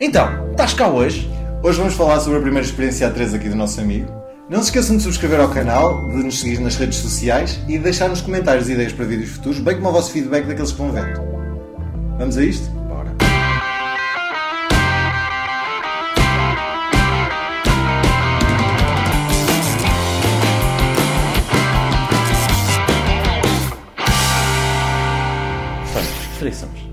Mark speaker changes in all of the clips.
Speaker 1: Então, estás cá hoje?
Speaker 2: Hoje vamos falar sobre a primeira experiência a 3 aqui do nosso amigo. Não se esqueçam de subscrever ao canal, de nos seguir nas redes sociais e de deixar nos comentários ideias para vídeos futuros, bem como o vosso feedback daqueles que vão vendo. Vamos a isto? Bora.
Speaker 1: Portanto, frições.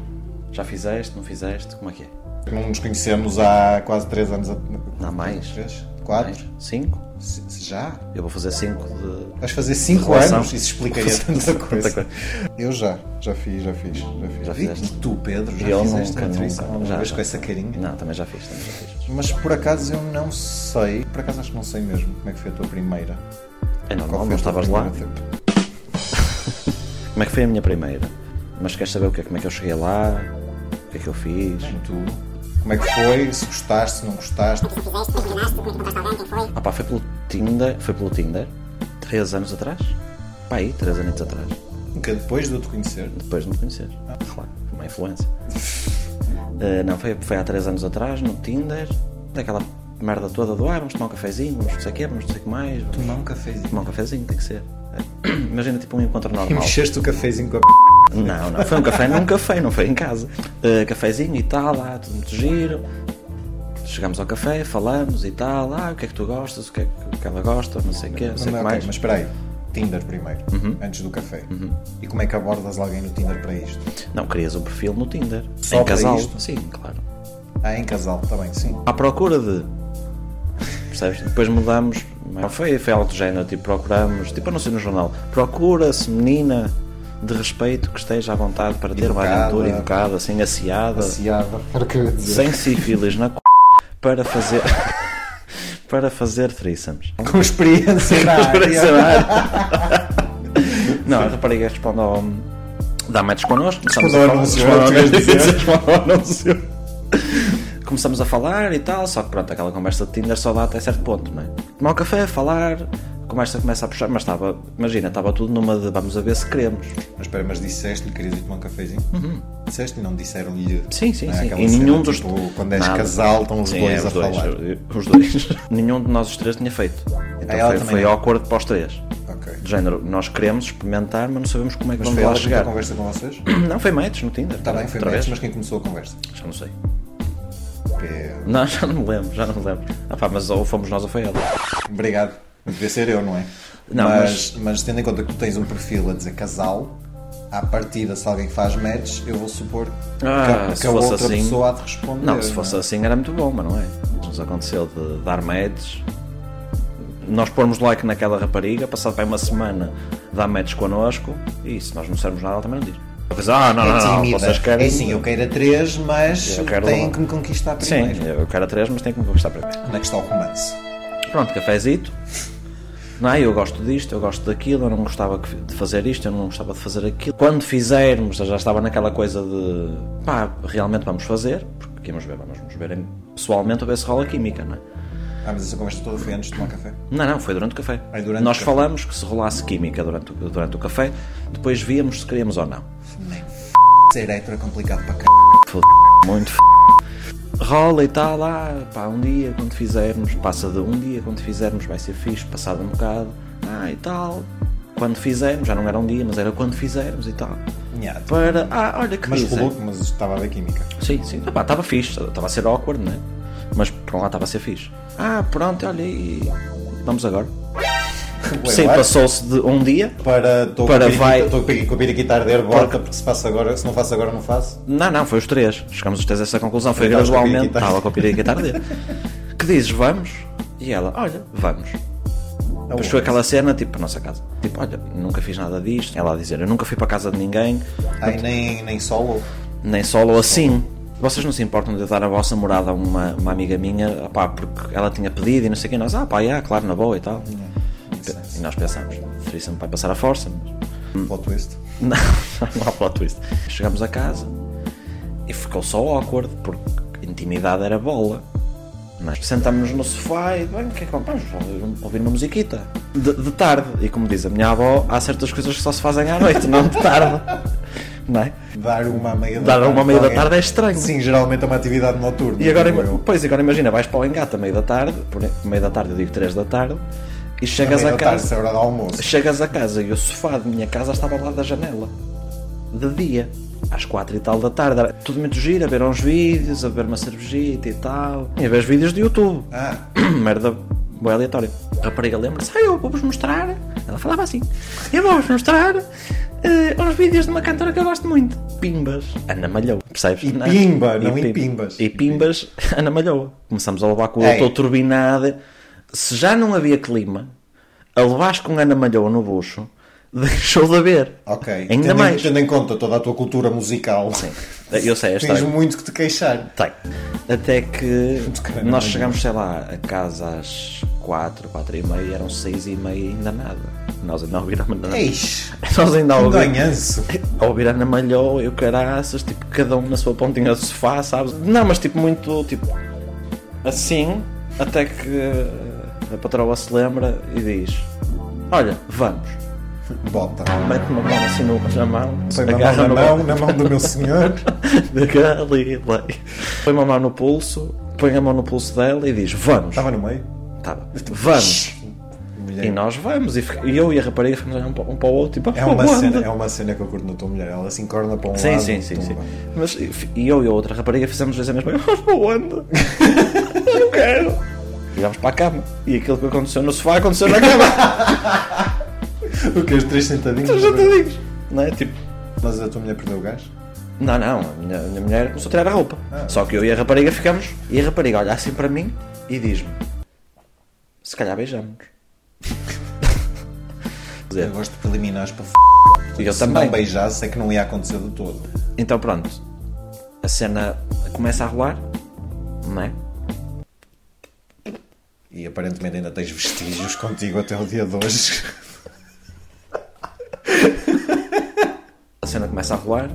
Speaker 1: Já fizeste, não fizeste? Como é que é?
Speaker 2: Não nos conhecemos há quase 3 anos. a-
Speaker 1: Não há mais?
Speaker 2: 3? 4?
Speaker 1: Mais? Cinco?
Speaker 2: Já?
Speaker 1: Eu vou fazer cinco de.
Speaker 2: Vais fazer 5
Speaker 1: Relação.
Speaker 2: anos? Isso explicaria tanta coisa. Eu já, já fiz, já fiz, já fiz.
Speaker 1: Já
Speaker 2: Vi
Speaker 1: fizeste?
Speaker 2: que tu, Pedro, já
Speaker 1: Eu
Speaker 2: fizeste
Speaker 1: nunca,
Speaker 2: a atriz
Speaker 1: nunca.
Speaker 2: alguma
Speaker 1: Já,
Speaker 2: vez
Speaker 1: já.
Speaker 2: com essa carinha?
Speaker 1: Não, também já fiz, também já fiz. É
Speaker 2: Mas por acaso eu não sei, por acaso acho que não sei mesmo como é que foi a tua primeira.
Speaker 1: É
Speaker 2: Qual
Speaker 1: normal,
Speaker 2: foi
Speaker 1: não
Speaker 2: a tua
Speaker 1: estavas lá.
Speaker 2: primeira?
Speaker 1: Como é que foi a minha primeira? Mas queres saber o que é, como é que eu cheguei lá? O que é que eu fiz?
Speaker 2: Bem, Tu, como é que foi? Se gostaste, se não gostaste?
Speaker 1: Ah pá, foi pelo Tinder, foi pelo Tinder, 3 anos atrás? Pá, aí, 3 anos atrás.
Speaker 2: Nunca depois de eu te conhecer.
Speaker 1: Depois de me conhecer. Claro, foi uma influência. Eh, não, foi, foi há 3 anos atrás, no Tinder, daquela merda toda do ah, vamos tomar um cafezinho, vamos não sei o quê, vamos não sei o que mais. Vamos
Speaker 2: Tomar um cafezinho.
Speaker 1: tomar um cafezinho, tem que ser. Eh, Imagina tipo um encontro
Speaker 2: E
Speaker 1: normal.
Speaker 2: mexeste o cafezinho com a p.
Speaker 1: Não, não, foi um café num café, não foi em casa. Uh, cafezinho e tal, ah, tudo muito giro. Chegámos ao café, falamos e tal, ah, o que é que tu gostas, o que é que- o que ela gosta, não sei o quê, não sei o
Speaker 2: Não, é
Speaker 1: que
Speaker 2: ok,
Speaker 1: mais. Uhum.
Speaker 2: mas espera aí. Tinder primeiro, antes do café. E como é que abordas alguém no Tinder para isto?
Speaker 1: Não, crias um perfil no Tinder.
Speaker 2: Só
Speaker 1: em
Speaker 2: para
Speaker 1: casal.
Speaker 2: isto?
Speaker 1: Sim, claro.
Speaker 2: Ah, em casal, está bem, sim.
Speaker 1: À procura de. Percebes? Depois mudamos. mas Foi, foi alto género, tipo, procuramos, tipo, anúncio no jornal. Procura-se menina de respeito que esteja à vontade para ter uma
Speaker 2: Educada.
Speaker 1: aventura educada, assim, aciada.
Speaker 2: Passeada, era o que eu ia dizer.
Speaker 1: sem sífilis na c... para fazer para fazer threesomes.
Speaker 2: Com experiência na
Speaker 1: Para
Speaker 2: área.
Speaker 1: saber. Não, então, a rapariga responde ao dá hum, match connosco, começamos
Speaker 2: Responde ao
Speaker 1: a falar,
Speaker 2: anúncio,
Speaker 1: responde ao
Speaker 2: era o que eu ia
Speaker 1: anúncio.
Speaker 2: dizer.
Speaker 1: Responde ao anúncio. Começamos a falar e tal, só que pronto, aquela conversa de Tinder só dá até certo ponto, não é? Tomar um café, falar, a conversa começa a puxar, mas estava, imagina, estava tudo numa de vamos a ver se queremos.
Speaker 2: Mas espera, mas disseste-lhe que querias ir tomar um cafezinho? Disseste-lhe, não disseram-lhe.
Speaker 1: Uhum. Sim, sim,
Speaker 2: não é?
Speaker 1: sim.
Speaker 2: Aquela
Speaker 1: E
Speaker 2: cena,
Speaker 1: nenhum dos.
Speaker 2: tipo, Quando és
Speaker 1: Nada.
Speaker 2: casal, estão os
Speaker 1: Sim,
Speaker 2: dois
Speaker 1: é,
Speaker 2: a falar.
Speaker 1: eu- Os dois. nenhum de nós os três tinha feito. Então
Speaker 2: ela
Speaker 1: foi,
Speaker 2: também
Speaker 1: foi
Speaker 2: não.
Speaker 1: awkward para os três.
Speaker 2: Ok.
Speaker 1: Do género, nós queremos experimentar, mas não sabemos como é que
Speaker 2: Mas
Speaker 1: vamos
Speaker 2: foi
Speaker 1: lá
Speaker 2: ela que teve a
Speaker 1: chegar.
Speaker 2: conversa com vocês?
Speaker 1: Não, foi match no Tinder.
Speaker 2: Está bem, foi
Speaker 1: Outra vez.
Speaker 2: mesmo, mas quem começou a conversa? é,
Speaker 1: Já não sei.
Speaker 2: Pedro.
Speaker 1: Não, já não me lembro, já não me lembro. Ah pá, mas ou fomos nós ou foi ela.
Speaker 2: Obrigado. Devia ser eu, não é?
Speaker 1: Não,
Speaker 2: mas, mas tendo em conta que tu tens um perfil a dizer casal, à partida, se alguém faz match, eu vou supor que a-
Speaker 1: Ah,
Speaker 2: que,
Speaker 1: se
Speaker 2: a
Speaker 1: fosse
Speaker 2: outra
Speaker 1: assim-
Speaker 2: pessoa há de responder. é?
Speaker 1: Não, se fosse assim era muito bom, mas não é? Nos aconteceu de dar match. Nós pormos like naquela rapariga, passado bem uma semana, dá match connosco e se nós não dissermos nada, ela também não diz. Ela diz, ah, não,
Speaker 2: É
Speaker 1: não, não,
Speaker 2: tímida.
Speaker 1: vocês querem.
Speaker 2: É sim, eu quero a três, mas
Speaker 1: Eu quero
Speaker 2: têm
Speaker 1: uma.
Speaker 2: que me conquistar
Speaker 1: Sim,
Speaker 2: primeiro.
Speaker 1: eu quero a três, mas tenho que me conquistar primeiro.
Speaker 2: Onde é que está o romance?
Speaker 1: Pronto, cafezito. Não, é? eu gosto disto, eu gosto daquilo, eu não gostava que- de fazer isto, eu não gostava de fazer aquilo. Quando fizermos, eu já estava naquela coisa de pá, realmente vamos fazer, porque íamos ver, vamos nos ver em- pessoalmente a ver se rola química, não é?
Speaker 2: Ah, mas essa conversa toda foi antes de tomar café.
Speaker 1: Não, não, foi durante o café.
Speaker 2: Aí durante
Speaker 1: Nós
Speaker 2: o café.
Speaker 1: falámos que se rolasse química durante, o- durante o café, depois víamos se queríamos ou não.
Speaker 2: Nem f... ser hétero é complicado para c...
Speaker 1: F- muito f... Rola e tal, ah, pá, um dia quando fizermos, passa de um dia quando fizermos vai ser fixe, passado um bocado, ah e tal, quando fizermos, já não era um dia, mas era quando fizermos e tal.
Speaker 2: Nhado.
Speaker 1: Para, ah, olha que
Speaker 2: Mas
Speaker 1: dizem.
Speaker 2: rolou, mas estava a ver química.
Speaker 1: Sim, sim. Epá, estava fixe, estava a ser awkward, né? Mas por um lado estava a ser fixe. Ah, pronto, olha e. Vamos agora. Sim,
Speaker 2: what?
Speaker 1: passou-se de um dia.
Speaker 2: Para, tô com a
Speaker 1: Para
Speaker 2: piriquita-
Speaker 1: vai-
Speaker 2: Tô com a piriquita a arder, bota, porque se passa agora, se não faço agora, não faço.
Speaker 1: Não, não, foi os três. Chegamos os três a essa conclusão. Foi
Speaker 2: Estavas com a
Speaker 1: gradualmente.
Speaker 2: piriquita.
Speaker 1: Estava com a pirica tarde. Que dizes, vamos? E ela, olha, vamos. Depois foi aquela cena, tipo, para a nossa casa. Tipo, olha, nunca fiz nada disto. Ela a dizer, eu nunca fui para a casa de ninguém,
Speaker 2: Ai, nem, nem solo.
Speaker 1: nem solo assim. Vocês não se importam de eu dar a vossa morada a uma, uma amiga minha, pá, porque ela tinha pedido e não sei o que. Nós, ah, pá, yeah, claro, na boa e tal. E nós pensámos, Tristan vai passar a força, mas
Speaker 2: é
Speaker 1: Hum.
Speaker 2: Plot twist.
Speaker 1: não, não há plot twist. Chegámos a casa e ficou só awkward porque intimidade era bola. Nós sentámos no sofá e bem, o que é que vamos? Vamos ouvir- ouvir uma musiquita. De, de tarde. E como diz a minha avó, há certas coisas que só se fazem à noite, não de tarde. não é?
Speaker 2: Dar uma à meia da
Speaker 1: Dar
Speaker 2: tarde.
Speaker 1: uma à meia da
Speaker 2: alguém-
Speaker 1: tarde é estranho.
Speaker 2: Sim, geralmente é uma atividade noturna.
Speaker 1: E agora,
Speaker 2: digo eu.
Speaker 1: pois, agora imagina, vais para o engate à meia da tarde, por meia da tarde eu digo 3 da tarde, e chegas
Speaker 2: meia
Speaker 1: a
Speaker 2: da tarde, isso
Speaker 1: casa,
Speaker 2: é hora do almoço.
Speaker 1: chegas a casa e o sofá de minha casa estava lá da janela, de dia, às 4 e tal da tarde, era tudo muito giro, a ver uns vídeos, a ver uma cervejita e tal, e a ver os vídeos do YouTube,
Speaker 2: Ah,
Speaker 1: merda boa aleatória. A rapariga lembra-se, ah, eu vou-vos mostrar, ela falava assim, eu vou-vos mostrar eh, uns vídeos de uma cantora que eu gosto muito, Pimbas, Ana Malhou, percebes? é?
Speaker 2: E Pimba, não e
Speaker 1: Pim-
Speaker 2: Pimbas.
Speaker 1: E Pimbas, Ana Malhoa. Começamos a levar com o
Speaker 2: Ei.
Speaker 1: autor turbinada. Se já não havia clima, a levares com Ana Malhoa no bucho, deixou de haver.
Speaker 2: ok.
Speaker 1: Ainda
Speaker 2: tendo, em-
Speaker 1: mais.
Speaker 2: Tendo em conta toda a tua cultura musical,
Speaker 1: Eu sei, é
Speaker 2: tens
Speaker 1: estranho.
Speaker 2: muito que te queixar.
Speaker 1: Tem. Até que
Speaker 2: caralho, não
Speaker 1: nós
Speaker 2: é
Speaker 1: chegámos, sei lá, a casa às 4, 4 e meia, eram 6 e meia e ainda nada. Nós ainda ouviramos nada.
Speaker 2: Eis,
Speaker 1: Nós ainda
Speaker 2: um
Speaker 1: ouvirmos.
Speaker 2: ganhanço.
Speaker 1: a ouvir Ana Malhou e o caraças, tipo, cada um na sua pontinha do sofá, sabes? Não, mas tipo, muito, tipo, assim, até que eh, a patroa se lembra e diz: Olha, vamos,
Speaker 2: Bota.
Speaker 1: mete uma mão assim no, na mão,
Speaker 2: Põe na mão, na
Speaker 1: no-
Speaker 2: mão, na é mão do meu senhor.
Speaker 1: de Galilei, põe uma mão no pulso, põe a mão no pulso dela e diz: Vamos,
Speaker 2: Estava no meio.
Speaker 1: tá, vamos.
Speaker 2: Mulher.
Speaker 1: E nós vamos, e fica- e eu e a rapariga ficamos a olhar um para, um para o outro, tipo,
Speaker 2: É uma,
Speaker 1: "Oh,
Speaker 2: cena,
Speaker 1: anda."
Speaker 2: é uma cena que eu curto na tua mulher. Ela se encorna para um
Speaker 1: Sim,
Speaker 2: lado.
Speaker 1: sim, sim, sim.
Speaker 2: tumba.
Speaker 1: Mas e- e eu e a outra rapariga fizemos vezes a mesma coisa. Vamos para onde? Eu quero. Viemos para a cama. E aquilo que aconteceu no sofá aconteceu na cama.
Speaker 2: O que os três sentadinhos.
Speaker 1: Tu já te digo. Não é? Tipo,
Speaker 2: Mas a tua mulher perdeu o gás?
Speaker 1: não, não. A minha, a minha mulher começou a tirar a roupa.
Speaker 2: Ah.
Speaker 1: Só que eu e a rapariga ficamos. E a rapariga olha assim para mim e diz-me: Se calhar beijamos.
Speaker 2: Eu gosto de preliminares para f.
Speaker 1: E eu
Speaker 2: se
Speaker 1: também.
Speaker 2: não beijasse é que não ia acontecer do todo.
Speaker 1: Então pronto, a cena começa a rolar, não é?
Speaker 2: E aparentemente ainda tens vestígios contigo até o dia de hoje.
Speaker 1: A cena começa a rolar,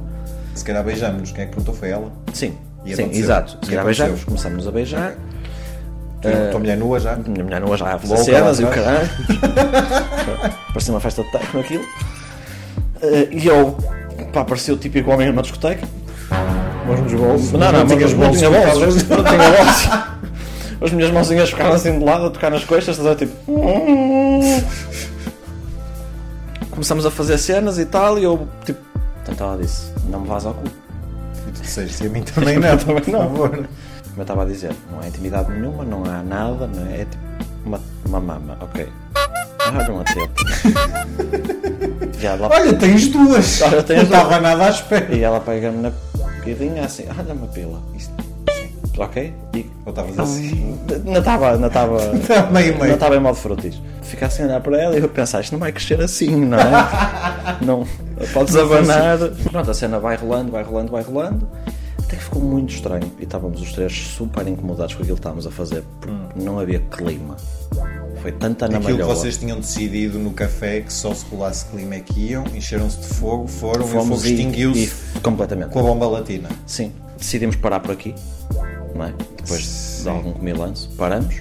Speaker 2: Se calhar beijamos-nos. Quem é que perguntou foi ela?
Speaker 1: sim,
Speaker 2: E
Speaker 1: sim,
Speaker 2: aconteceu?
Speaker 1: exato.
Speaker 2: E
Speaker 1: Se calhar
Speaker 2: aconteceu?
Speaker 1: beijamos, começamos a beijar.
Speaker 2: A Tua mulher nua já?
Speaker 1: Minha mulher não já a fazer
Speaker 2: Louca
Speaker 1: cenas e
Speaker 2: lá
Speaker 1: o caralho. Parecia uma festa de techno aquilo. Eh, E eu, pá, parecia o típico homem numa discoteca.
Speaker 2: Mas nos bolsos.
Speaker 1: Não, não, mas não tinha bolsos. Não tinha bolsos. As minhas mãozinhas ficaram assim de lado a tocar nas costas, estás a ver, tipo. "Hum." Começamos a fazer cenas e tal, e eu, tipo. Então ela disse: não me vás ao cu.
Speaker 2: E tu disseste, e a mim também não,
Speaker 1: Também
Speaker 2: por
Speaker 1: não.
Speaker 2: favor.
Speaker 1: Como eu estava a dizer, não há intimidade nenhuma, não há nada, não é? É tipo uma, uma mama, ok. Olha uma teta. e, ela,
Speaker 2: Olha, tens duas!
Speaker 1: Olha, tens
Speaker 2: não
Speaker 1: duas.
Speaker 2: estava nada à espera.
Speaker 1: e ela pega-me na pirinha assim, olha uma pila. Isto, ok? E
Speaker 2: Ou estavas assim.
Speaker 1: não estava. Não estava.
Speaker 2: Tá meio, meio.
Speaker 1: Não estava em modo frutis. Fica assim a olhar para ela e eu pensar, isto não vai crescer assim, não é? não. Podes abanar. Pronto, a cena vai rolando, vai rolando, vai rolando. Até que ficou muito estranho. E estávamos os três super incomodados com aquilo que estávamos a fazer, porque não havia clima. Foi tanta na
Speaker 2: Hum. Aquilo que
Speaker 1: malhoa.
Speaker 2: vocês tinham decidido no café, que só se rolasse clima é que iam, encheram-se de fogo, foram e o fogo
Speaker 1: Fomos e,
Speaker 2: extinguiu-se
Speaker 1: e completamente.
Speaker 2: com a bomba latina.
Speaker 1: Sim, decidimos parar por aqui, não é? Depois de algum comilanço, paramos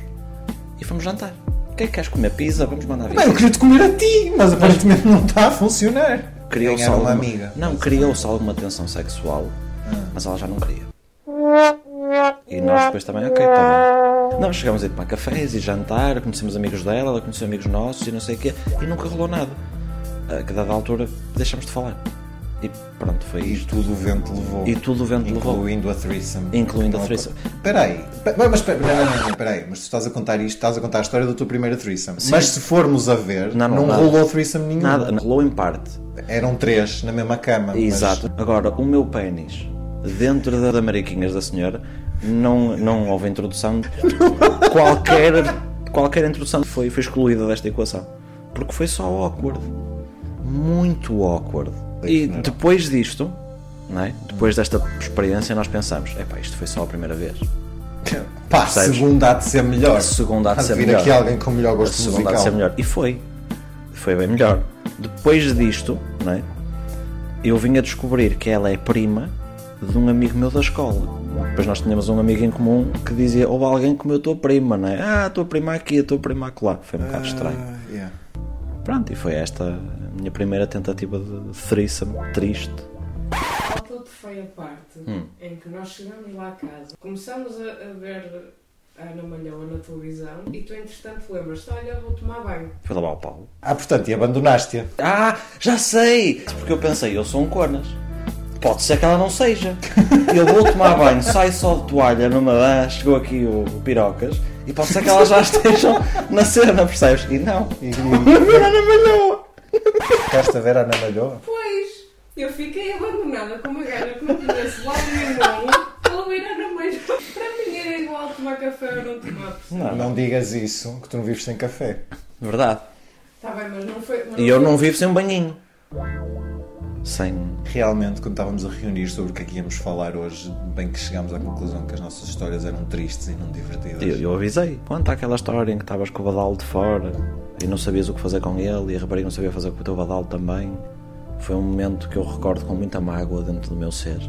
Speaker 1: e fomos jantar. O que é que queres comer? Pizza? Vamos mandar vir.
Speaker 2: Bem, eu queria te comer a ti, mas aparentemente não
Speaker 1: tá
Speaker 2: está a funcionar.
Speaker 1: criou-se
Speaker 2: Ganharam
Speaker 1: alguma...
Speaker 2: uma amiga. Hum.
Speaker 1: Não, criou-se alguma tensão sexual, mas ela já não queria. E nós depois também, ok, tá bem. Nós chegámos a ir para cafés e jantar, conhecemos amigos dela, ela conheceu amigos nossos e não sei o quê, e nunca rolou nada. A que dada altura deixámos de falar. E pronto, foi
Speaker 2: E
Speaker 1: isto.
Speaker 2: tudo o vento levou.
Speaker 1: E tudo o vento levou.
Speaker 2: Incluindo a threesome.
Speaker 1: Incluindo a threesome.
Speaker 2: Espera aí. Pe- Mas espera, não, não, não, espera aí. Mas tu estás a contar isto, estás a contar a história da tua primeira threesome. Mas se formos a ver,
Speaker 1: Não,
Speaker 2: não,
Speaker 1: não, nada.
Speaker 2: rolou threesome nenhuma.
Speaker 1: Nada, rolou em parte.
Speaker 2: Eram três na mesma cama. mas-
Speaker 1: Exato. Agora, o meu pênis, dentro da- da mariquinhas da senhora, não, não houve introdução. qualquer, qualquer introdução foi, foi excluída desta equação. Porque foi só awkward. Muito awkward. E depois disto, não é? depois desta experiência, nós pensamos: epá, isto foi só a primeira vez.
Speaker 2: Pá,
Speaker 1: Percebes?
Speaker 2: segunda há de ser melhor.
Speaker 1: A segunda há de ser
Speaker 2: vir
Speaker 1: melhor.
Speaker 2: aqui alguém com melhor
Speaker 1: A
Speaker 2: gosto
Speaker 1: segunda há
Speaker 2: musical.
Speaker 1: de ser melhor. E foi. Foi bem melhor. Depois disto, não é? eu vim a descobrir que ela é prima de um amigo meu da escola. Depois nós tínhamos um amigo em comum que dizia: Houve alguém comeu a tua prima, não é? Ah, a tua prima aqui, a tua prima acolá. Foi um bocado estranho.
Speaker 2: Ah, yeah.
Speaker 1: Pronto, e foi esta a minha primeira tentativa de threesome triste.
Speaker 3: foi a parte
Speaker 1: Hum.
Speaker 3: em que nós chegámos lá à casa, começámos a, a ver a Ana Malhoa na televisão e tu, entretanto, lembras-te: olha, vou tomar banho.
Speaker 1: Fui lavar o pau.
Speaker 2: Ah, portanto, e abandonaste-a.
Speaker 1: Ah, já sei! Porque eu pensei, eu sou um cornas. Pode ser que ela não seja. Eu vou tomar banho, saio só de toalha numa van, chegou aqui o Pirocas, e pode ser que elas já estejam na cena, percebes? E não.
Speaker 2: E
Speaker 1: Ana Malhoa!
Speaker 2: ficaste a ver a Ana Malhoa.
Speaker 3: Pois, eu fiquei abandonada com uma gaja que não conheço lá nenhum. Ou ir Ana Malhoa. Para mim era igual tomar café ou não tomar.
Speaker 1: Não, não.
Speaker 2: Não digas isso, que tu não vives sem café.
Speaker 1: Verdade.
Speaker 3: Está Tá bem, mas não foi. mas
Speaker 1: E eu não vivo sem um banhinho. Sem.
Speaker 2: Realmente, quando estávamos a reunir sobre o que é que íamos falar hoje, bem que chegámos à conclusão que as nossas histórias eram tristes e não divertidas.
Speaker 1: Eu, eu avisei. Quanto àquela história em que estavas com o badalo de fora e não sabias o que fazer com ele e a rapariga não sabia fazer com o teu badalo também, foi um momento que eu recordo com muita mágoa dentro do meu ser.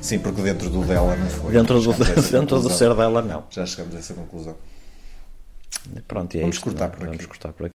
Speaker 2: Sim, porque dentro do dela não foi.
Speaker 1: Dentro do,
Speaker 2: Já chegamos a essa
Speaker 1: dentro do
Speaker 2: conclusão.
Speaker 1: ser dela, não.
Speaker 2: Já chegamos a essa conclusão.
Speaker 1: Pronto, e é
Speaker 2: Vamos
Speaker 1: isto,
Speaker 2: cortar
Speaker 1: não é?
Speaker 2: por aqui.
Speaker 1: Vamos cortar por aqui.